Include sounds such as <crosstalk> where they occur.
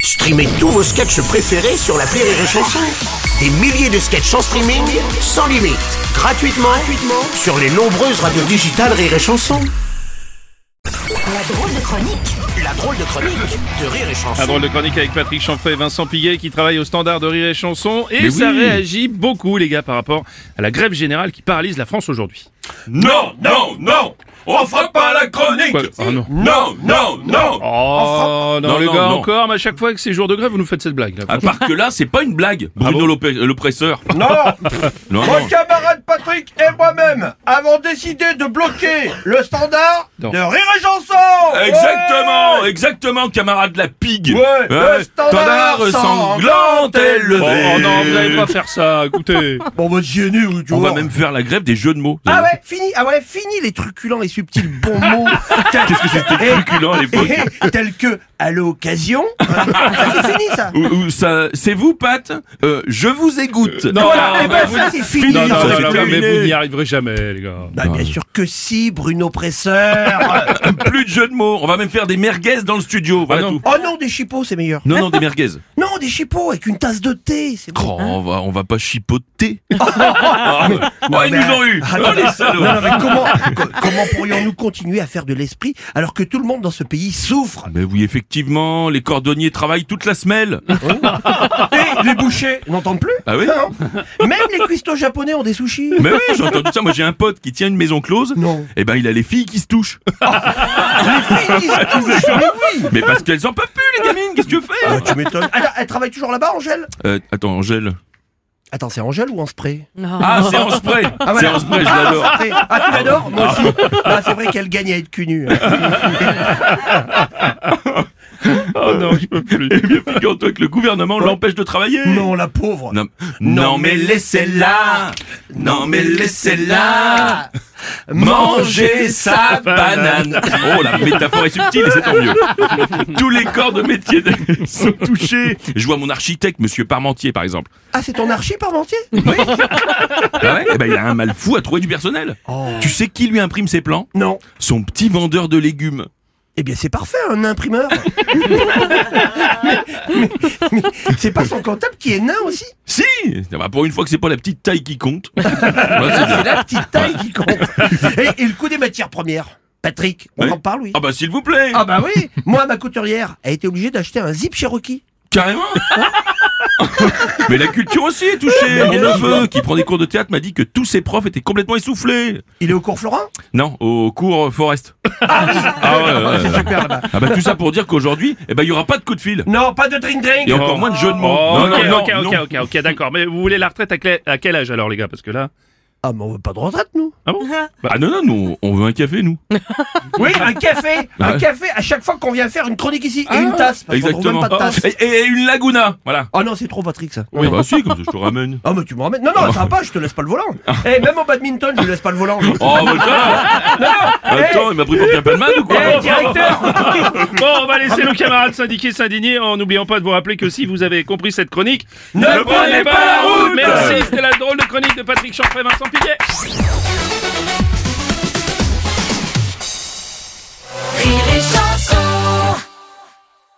Streamez tous vos sketchs préférés sur la Rire et Chanson. Des milliers de sketchs en streaming, sans limite, gratuitement, gratuitement sur les nombreuses radios digitales Rire et Chanson. La drôle de chronique. La drôle de chronique de Rire et Chanson. Un drôle de chronique avec Patrick Chanfray et Vincent Piguet qui travaillent au standard de rire et chanson. Et Mais ça oui. réagit beaucoup, les gars, par rapport à la grève générale qui paralyse la France aujourd'hui. Non, non, non On frappe pas la chronique Quoi Oh non. Non, non, non Oh, non, Non, les non, gars, non. encore, mais à chaque fois que c'est jour de grève, vous nous faites cette blague. Là. À part que là, c'est pas une blague, Bruno l'oppé- l'oppresseur. Non <laughs> Non, Mon non. camarade Patrick et moi-même avons décidé de bloquer le standard Non. de Rire et Chanson Exactement, Ouais exactement, camarade la pigue Hein, Ouais, le standard sanglante Oh élevé non, vous n'allez pas faire ça, <laughs> écoutez. Bon, bah, j'y ai né, oui, tu On va vois. même faire la grève des jeux de mots. Ah ouais, fini, ah ouais, fini les truculents et subtils <laughs> bons mots. Qu'est-ce que c'était truculent à l'époque <laughs> tels que à <laughs> l'occasion. Ah, Ça, c'est fini ça. Ou- ou ça- C'est vous, Pat Euh, Je vous égoutte Non, Voilà, ah, non, et bah, ben vous- ça c'est fini. non, non, ça, non, c'est non, terminé. mais vous n'y arriverez jamais, les gars. Bah, bien sûr que si, <laughs> Bruno Presseur. Plus de jeux de mots On va même faire des merguez dans le studio, voilà Ah non. tout oh non, des chipots, c'est meilleur. Non, non, des merguez Non, des chipots avec une tasse de thé, c'est bon. Oh, on, va, on va pas <laughs> chipoter. Ah, ouais. Oh, ils Hein mais- nous ont eu. Ah, Oh, non, les salauds. Non, non, mais <laughs> comment, co- comment pourrions-nous continuer à faire de l'esprit alors que tout le monde dans ce <laughs> pays souffre Ah, Mais oui, effectivement, les cordonniers travaillent toute la semelle. <laughs> Et les bouchers n'entendent plus Ah oui Non. Même les cuistots japonais ont des sushis Mais oui, j'ai entendu ça. Moi, j'ai un pote qui tient une maison close. Non. Eh ben, il a les filles qui se touchent. Mais <laughs> ils touchent, mais oui. Mais parce qu'elles en peuvent plus, les gamines. Qu'est-ce que tu fais Tu m'étonnes. Attends, elle travaille toujours là-bas, Angèle Euh, Attends, Angèle. Attends, c'est Angèle ou en spray Ah, c'est en spray. Ah, C'est voilà. en spray, je l'adore. Ah, c'est- ah, tu l'adores Moi aussi. Ah, c'est vrai qu'elle gagne à être <laughs> cul nu. Ah, Oh non, je peux plus. <laughs> Eh bien, figure-toi que le gouvernement l'empêche de travailler. Non, la pauvre. Non, non, mais laissez-la. Non, mais laissez-la. Manger sa banane. Oh, la métaphore est subtile et c'est tant mieux. Tous les corps de métier de- <laughs> sont touchés. Je vois mon architecte, monsieur Parmentier, par exemple. Ah, c'est ton archi parmentier Oui. Ah ouais Oh. Eh ben, il a un mal fou à trouver du personnel. Tu sais qui lui imprime ses plans Non. Son petit vendeur de légumes. Eh bien, c'est parfait, un imprimeur. Mais- mais- mais c'est pas son comptable qui est nain aussi. Si Ah bah, Pour une fois que c'est pas la petite taille qui compte. <laughs> Bah, C'est la petite taille qui compte. Et, et le coût des matières premières. Patrick, on Oui. en parle, oui. Ah bah s'il vous plaît Ah bah oui. Moi, ma couturière a été obligée d'acheter un zip Cherokee. <laughs> Carrément Mais la culture aussi est touchée Mon neveu, qui prend des cours de théâtre, m'a dit que tous ses profs étaient complètement essoufflés Il est au cours Florent Non, au cours Forest. Ah ouais, ouais, ouais. C'est super là-bas. Ah bah tout ça pour dire qu'aujourd'hui, eh ben il y aura pas de coup de fil. Non, pas de drink drink. Et encore moins de jeux de mots. Oh, Non, non, ok, non, ok, non. ok, ok, ok, d'accord. Mais vous voulez la retraite à, clé- à quel âge alors, les gars Parce que là. Ah, mais on veut pas de retraite, nous. Ah bon Ah non, non, nous, on veut un café, nous. Oui, un café. Ah Un ouais. café à chaque fois qu'on vient faire une chronique ici. et une tasse. Parce qu'on trouve même Exactement. Oh, pas de tasse. Et, et- et une laguna, voilà. Oh non, c'est trop, Patrick, ça. Ah bah si, comme ça je te ramène. Ah, mais tu me ramènes. Non, non, ça va pas, je te laisse pas le volant. Eh, même au badminton, je lui laisse pas le volant. Oh, bah ça va. Attends, il m'a pris pour Pimpelman ou quoi Eh, directeur <laughs> Bon, on va laisser nos camarades syndiqués s'indigner en n'oubliant pas de vous rappeler que si vous avez compris cette chronique, Ne prenez pas la route Merci, c'était la drôle de chronique de Patrick Chanfray et Vincent Piguet.